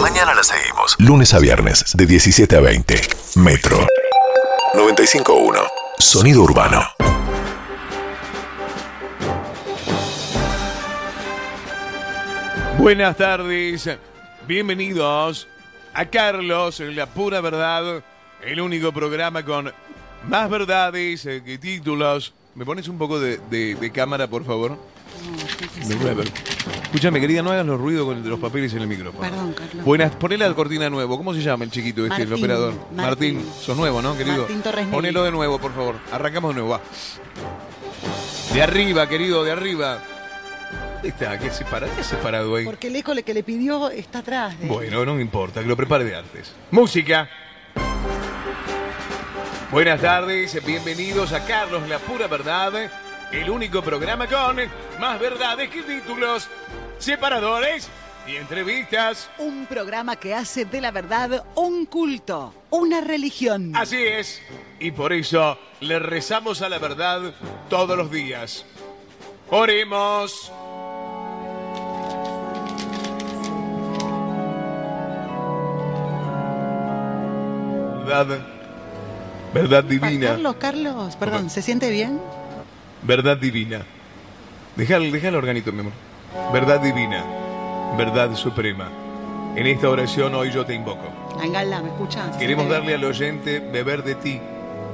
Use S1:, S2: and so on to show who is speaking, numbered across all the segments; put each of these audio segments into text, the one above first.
S1: Mañana la seguimos. Lunes a viernes, de 17 a 20. Metro. 95.1. Sonido urbano.
S2: Buenas tardes, bienvenidos a Carlos, la pura verdad, el único programa con más verdades eh, que títulos. ¿Me pones un poco de, de- de cámara, por favor? De nuevo. Escúchame, querida, no hagas los ruidos con el de los papeles en el micrófono.
S3: Perdón, Carlos.
S2: Buenas, poné la cortina de nuevo. ¿Cómo se llama el chiquito este, el
S3: Martín,
S2: operador?
S3: Martín.
S2: sos nuevo, ¿no, querido?
S3: Martín Torres Meli.
S2: Ponelo de nuevo, por favor. Arrancamos de nuevo, va. De arriba, querido, de arriba. ¿Dónde está? ¿Qué se para? ¿Qué se parado ahí?
S3: Porque el eco le- que le pidió está atrás. de-
S2: Bueno, no me importa, que lo prepare de antes. Música. Buenas tardes, bienvenidos a Carlos La Pura Verdad, el único programa con más verdades que títulos, separadores y entrevistas.
S3: Un programa que hace de la verdad un culto, una religión.
S2: Así es, y por eso le rezamos a la verdad todos los días. Oremos. Verdad, verdad
S3: Pa-
S2: divina,
S3: Carlos, Carlos, perdón, ¿se siente bien?
S2: verdad divina. Dejalo, dejalo organito, mi amor. Verdad divina, verdad suprema. En esta oración hoy yo te invoco.
S3: Langala, ¿me escuchas?
S2: Queremos darle al oyente beber de ti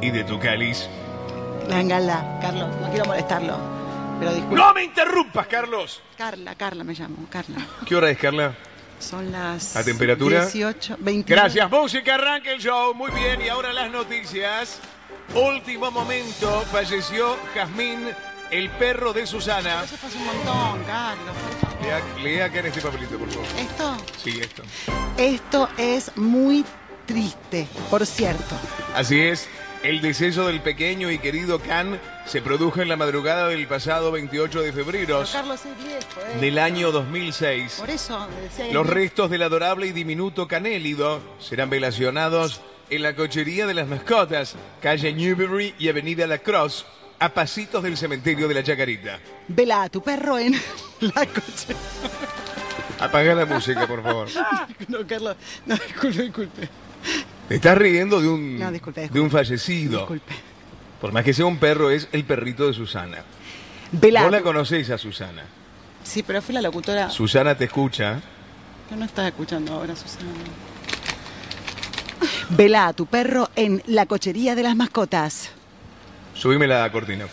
S2: y de tu cáliz.
S3: Langala, Carlos, no quiero molestarlo. Pero disculpa.
S2: ¡No me interrumpas, Carlos!
S3: Carla, Carla me llamo, Carla.
S2: ¿Qué hora es, Carla?
S3: Son las.
S2: ¿A temperatura?
S3: 18, 20.
S2: Gracias, música, arranca el show. Muy bien, y ahora las noticias. Último momento, falleció Jazmín, el perro de Susana.
S3: Eso fue hace un montón, Carlos. por favor.
S2: Lea, lea acá en este papelito, por favor.
S3: Esto,
S2: Sí, esto.
S3: esto es muy triste, por cierto.
S2: Así es, el deceso del pequeño y querido Can se produjo en la madrugada del pasado 28 de febrero
S3: Pero Carlos es viejo, ¿eh?
S2: del año 2006.
S3: Por eso decía
S2: Los
S3: Emilio.
S2: restos del adorable y diminuto canélido serán velacionados en la cochería de las mascotas, calle Newbury y avenida La Cross, a pasitos del cementerio de la Chacarita.
S3: Vela a tu perro en la coche.
S2: Apaga la música, por favor.
S3: No, Carlos, no, disculpe, disculpe.
S2: Te estás riendo de un,
S3: No, disculpe, disculpe.
S2: de un fallecido.
S3: Disculpe.
S2: Por más que sea un perro, es el perrito de Susana.
S3: Vela.
S2: Vos la
S3: a tu-
S2: conocéis a Susana.
S3: Sí, pero fue la locutora.
S2: Susana te escucha.
S3: Yo no estaba escuchando ahora, Susana. Vela a tu perro en la cochería de las mascotas.
S2: Subime la cortina.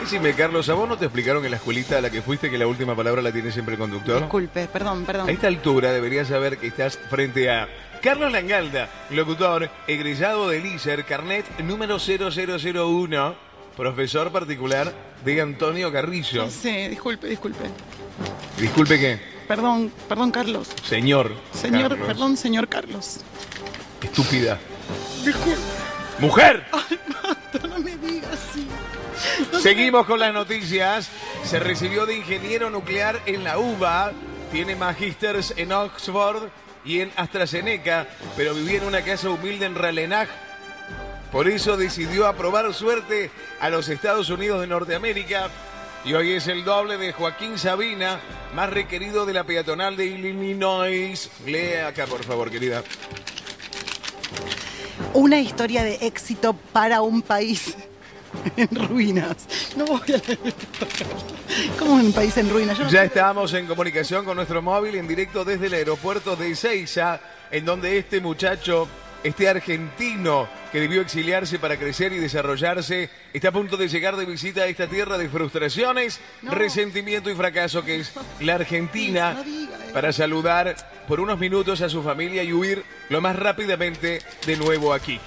S2: Decime, Carlos, ¿a vos no te explicaron en la escuelita a la que fuiste que la última palabra la tiene siempre el conductor?
S3: Disculpe, perdón, perdón.
S2: A esta altura deberías saber que estás frente a Carlos Langalda, locutor, egresado del ISER, carnet número 0001, profesor particular de Antonio Carrillo.
S3: Sí, disculpe, disculpe.
S2: Disculpe que,
S3: Perdón, perdón, Carlos.
S2: señor.
S3: Señor,
S2: Carlos,
S3: perdón, señor Carlos.
S2: Estúpida.
S3: Disculpe,
S2: ¡Mujer!
S3: no me digas así.
S2: Seguimos con las noticias. Se recibió de ingeniero nuclear en la UBA, tiene magísters en Oxford y en AstraZeneca, pero vivía en una casa humilde en Ralenaj. Por eso decidió aprobar suerte a los Estados Unidos de Norteamérica y hoy es el doble de Joaquín Sabina, más requerido de la peatonal de Illinois. Lea acá, por favor, querida.
S3: Una historia de éxito para un país en ruinas. No voy a leer esto. ¿Cómo un país en ruinas? Yo no
S2: Ya estamos en comunicación con nuestro móvil en directo desde el aeropuerto de Ezeiza, en donde este muchacho, este argentino que debió exiliarse para crecer y desarrollarse, está a punto de llegar de visita a esta tierra de frustraciones,
S3: No.
S2: resentimiento y fracaso que es la Argentina,
S3: No diga eso.
S2: para saludar por unos minutos a su familia y huir lo más rápidamente de nuevo aquí.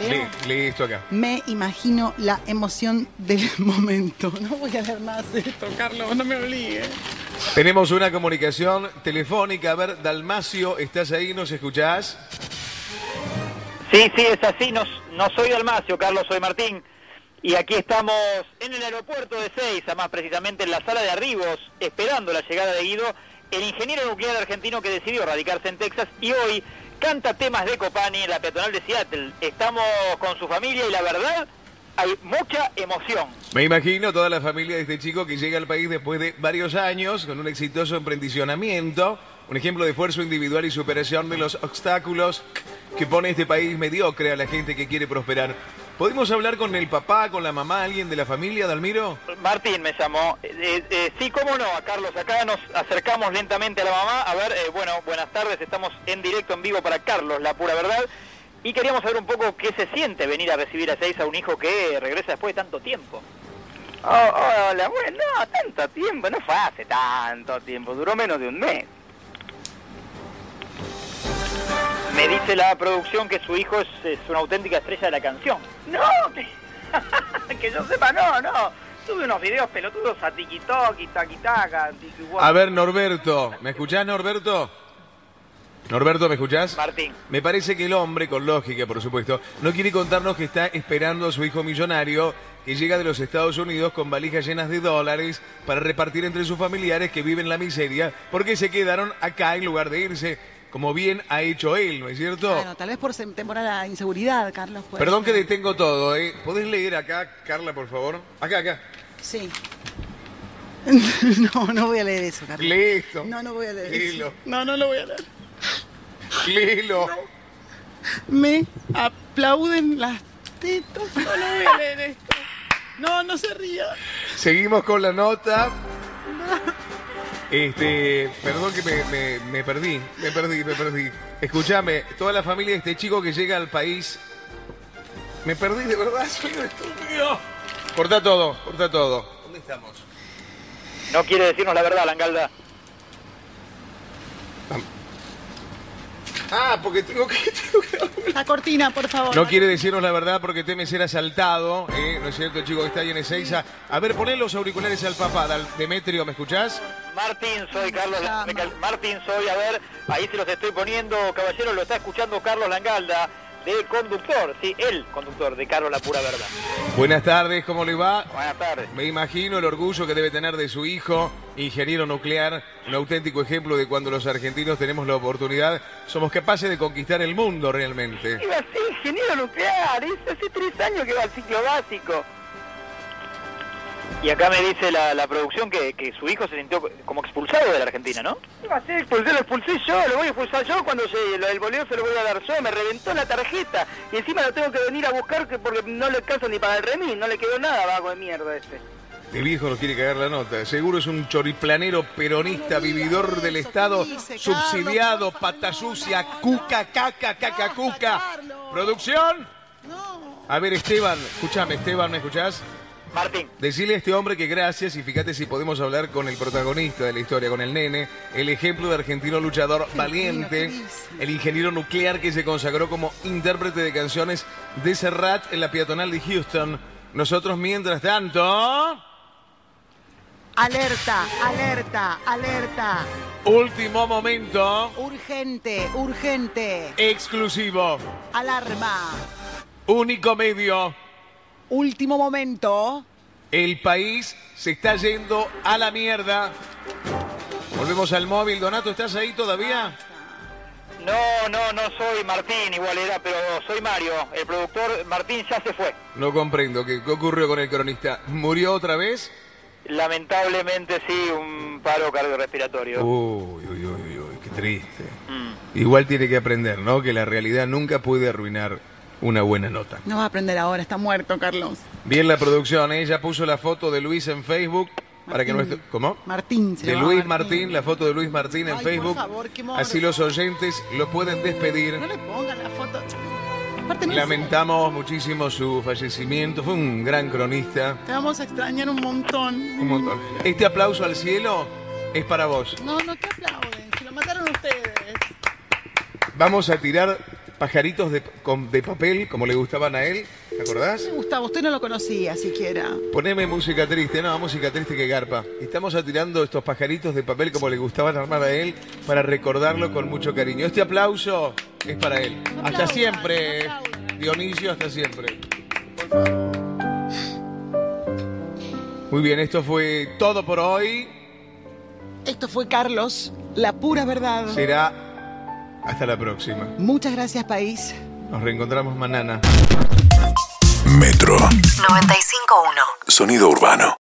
S2: Lee,
S3: leo.
S2: lee esto acá.
S3: Me imagino la emoción del momento. No voy a leer más esto, Carlos, no me obligues.
S2: Tenemos una comunicación telefónica. A ver, Dalmacio, ¿estás ahí? ¿Nos escuchás?
S4: Sí, sí, es así. No, no soy Dalmacio, Carlos, soy Martín. Y aquí estamos en el aeropuerto de Seiza, más precisamente en la sala de arribos, esperando la llegada de Guido, el ingeniero nuclear argentino que decidió radicarse en Texas y hoy canta temas de Copani en la peatonal de Seattle. Estamos con su familia y la verdad, hay mucha emoción.
S2: Me imagino toda la familia de este chico que llega al país después de varios años con un exitoso emprendicionamiento, un ejemplo de esfuerzo individual y superación de los obstáculos que pone este país mediocre a la gente que quiere prosperar. ¿Podemos hablar con el papá, con la mamá, alguien de la familia, Dalmiro?
S4: Martín me llamó. Eh, eh, sí, cómo no, a Carlos. Acá nos acercamos lentamente a la mamá. A ver, eh, bueno, buenas tardes. Estamos en directo, en vivo para Carlos, la pura verdad. Y queríamos saber un poco qué se siente venir a recibir a seis a un hijo que regresa después de tanto tiempo.
S5: Oh, oh, hola, bueno, no, tanto tiempo, no fue hace tanto tiempo, duró menos de un mes.
S4: Me dice la producción que su hijo es, es una auténtica estrella de la canción.
S5: No, que, que yo sepa, no, no. Tuve unos videos pelotudos a tiquitok y taquitaca, tiquihuaca.
S2: A ver, Norberto, ¿me escuchás, Norberto? Norberto, ¿me escuchás?
S4: Martín.
S2: Me parece que el hombre, con lógica, por supuesto, no quiere contarnos que está esperando a su hijo millonario que llega de los Estados Unidos con valijas llenas de dólares para repartir entre sus familiares que viven la miseria porque se quedaron acá en lugar de irse, como bien ha hecho él, ¿no es cierto?
S3: Bueno, tal vez por sem- temporada inseguridad, Carlos. Ah, pues. puede
S2: Perdón que
S3: ser.
S2: detengo todo, ¿eh? ¿Podés leer acá, Carla, por favor? Acá, acá.
S3: Sí. no, no voy a leer eso, Carlos.
S2: Lee esto.
S3: No, no voy a leer
S2: Léelo.
S3: eso. No, no lo voy a leer.
S2: Léelo.
S3: Me aplauden las tetas. No lo voy a leer esto. No, no se ría.
S2: Seguimos con la nota. Este, perdón que me, me- me perdí, me perdí, me perdí. Escúchame, toda la familia de este chico que llega al país. Me perdí, de verdad, soy un estúpido. Corta todo, corta todo. ¿Dónde estamos?
S4: No quiere decirnos la verdad, Langalda.
S2: Ah, porque tengo que. tengo que-
S3: La cortina, por favor.
S2: No quiere decirnos la verdad porque teme ser asaltado, ¿eh? ¿no es cierto, el chico que está ahí en Ezeiza? A ver, poné los auriculares al papá, Dal- Demetrio, ¿me escuchás?
S4: Martín, soy Carlos.
S3: llama.
S4: Recal- Martín, soy, a ver, ahí se los estoy poniendo, caballero, lo está escuchando Carlos Langalda, de conductor, sí, el conductor de Carlos La Pura Verdad.
S2: Buenas tardes, ¿cómo le va?
S4: Buenas tardes.
S2: Me imagino el orgullo que debe tener de su hijo, ingeniero nuclear, un auténtico ejemplo de cuando los argentinos tenemos la oportunidad, somos capaces de conquistar el mundo realmente.
S5: Iba a ser ingeniero nuclear, es hace tres años que va al ciclo básico.
S4: Y acá me dice la, la producción que, que su hijo se sintió como expulsado de la Argentina, ¿no?
S5: Iba a ser expulsado, lo expulsé yo, lo voy a expulsar yo cuando llegue, lo del boleo se lo voy a dar yo, me reventó la tarjeta y encima lo tengo que venir a buscar que- porque no le alcanza ni para el remis, no le quedó nada vago de mierda ese.
S2: El viejo nos quiere cagar la nota. Seguro es un choriplanero peronista,
S3: No digas
S2: vividor del
S3: eso,
S2: Estado,
S3: ¿qué dice,
S2: subsidiado,
S3: Carlos? Por
S2: pata
S3: favor,
S2: sucia,
S3: no, no,
S2: cuca, caca, caca,
S3: Basta,
S2: cuca.
S3: Carlos.
S2: ¿Producción?
S3: No.
S2: A ver, Esteban, escúchame, Esteban, ¿me escuchás?
S4: Martín.
S2: Decirle a este hombre que gracias y fíjate si podemos hablar con el protagonista de la historia, con el nene, el ejemplo de argentino luchador valiente,
S3: queridísimo.
S2: el ingeniero nuclear que se consagró como intérprete de canciones de Serrat en la peatonal de Houston. Nosotros, mientras tanto,
S3: Alerta, alerta, alerta.
S2: último momento,
S3: Urgente, urgente.
S2: exclusivo,
S3: Alarma.
S2: único medio,
S3: Último momento.
S2: el país se está yendo a la mierda. Volvemos al móvil, Donato, ¿estás ahí todavía?
S4: No, no, no soy Martín, igual era, pero soy Mario. El productor Martín ya se fue.
S2: No comprendo. ¿Qué, qué ocurrió con el cronista? ¿Murió otra vez?
S4: Lamentablemente sí, un paro cardiorrespiratorio.
S2: Uy, uy, uy, uy, qué triste. Igual tiene que aprender, ¿no? Que la realidad nunca puede arruinar una buena nota.
S3: No va a aprender ahora, está muerto, Carlos.
S2: Bien la producción, ¿eh? Ya puso la foto de Luis en Facebook para que nuestro... ¿Cómo?
S3: Martín, se
S2: De
S3: llamaba
S2: Luis Martín, la foto de Luis Martín en
S3: Ay, por
S2: Facebook.
S3: favor, qué morbo.
S2: Así los oyentes lo pueden despedir.
S3: No le pongan la foto. Aparte, no
S2: Lamentamos muchísimo su fallecimiento. Fue un gran cronista.
S3: sé, Te vamos a extrañar un montón.
S2: Un montón. Este aplauso al cielo es para vos.
S3: No, no te aplauden, se lo mataron ustedes.
S2: Vamos a tirar pajaritos de, con- de papel, como le gustaban a él, ¿te acordás?
S3: Gustavo, usted no lo conocía siquiera.
S2: Poneme música triste, no, música triste que garpa. Estamos atirando estos pajaritos de papel como le gustaban armar a él para recordarlo con mucho cariño. Este aplauso es para él.
S3: No
S2: Hasta
S3: aplaudan,
S2: siempre,
S3: no aplaudan.
S2: Dionisio, hasta siempre. Muy bien, esto fue todo por hoy.
S3: Esto fue Carlos, la pura verdad.
S2: Será hasta la próxima.
S3: Muchas gracias, país.
S2: Nos reencontramos mañana.
S1: Metro Metro
S6: 951.
S1: Sonido Urbano.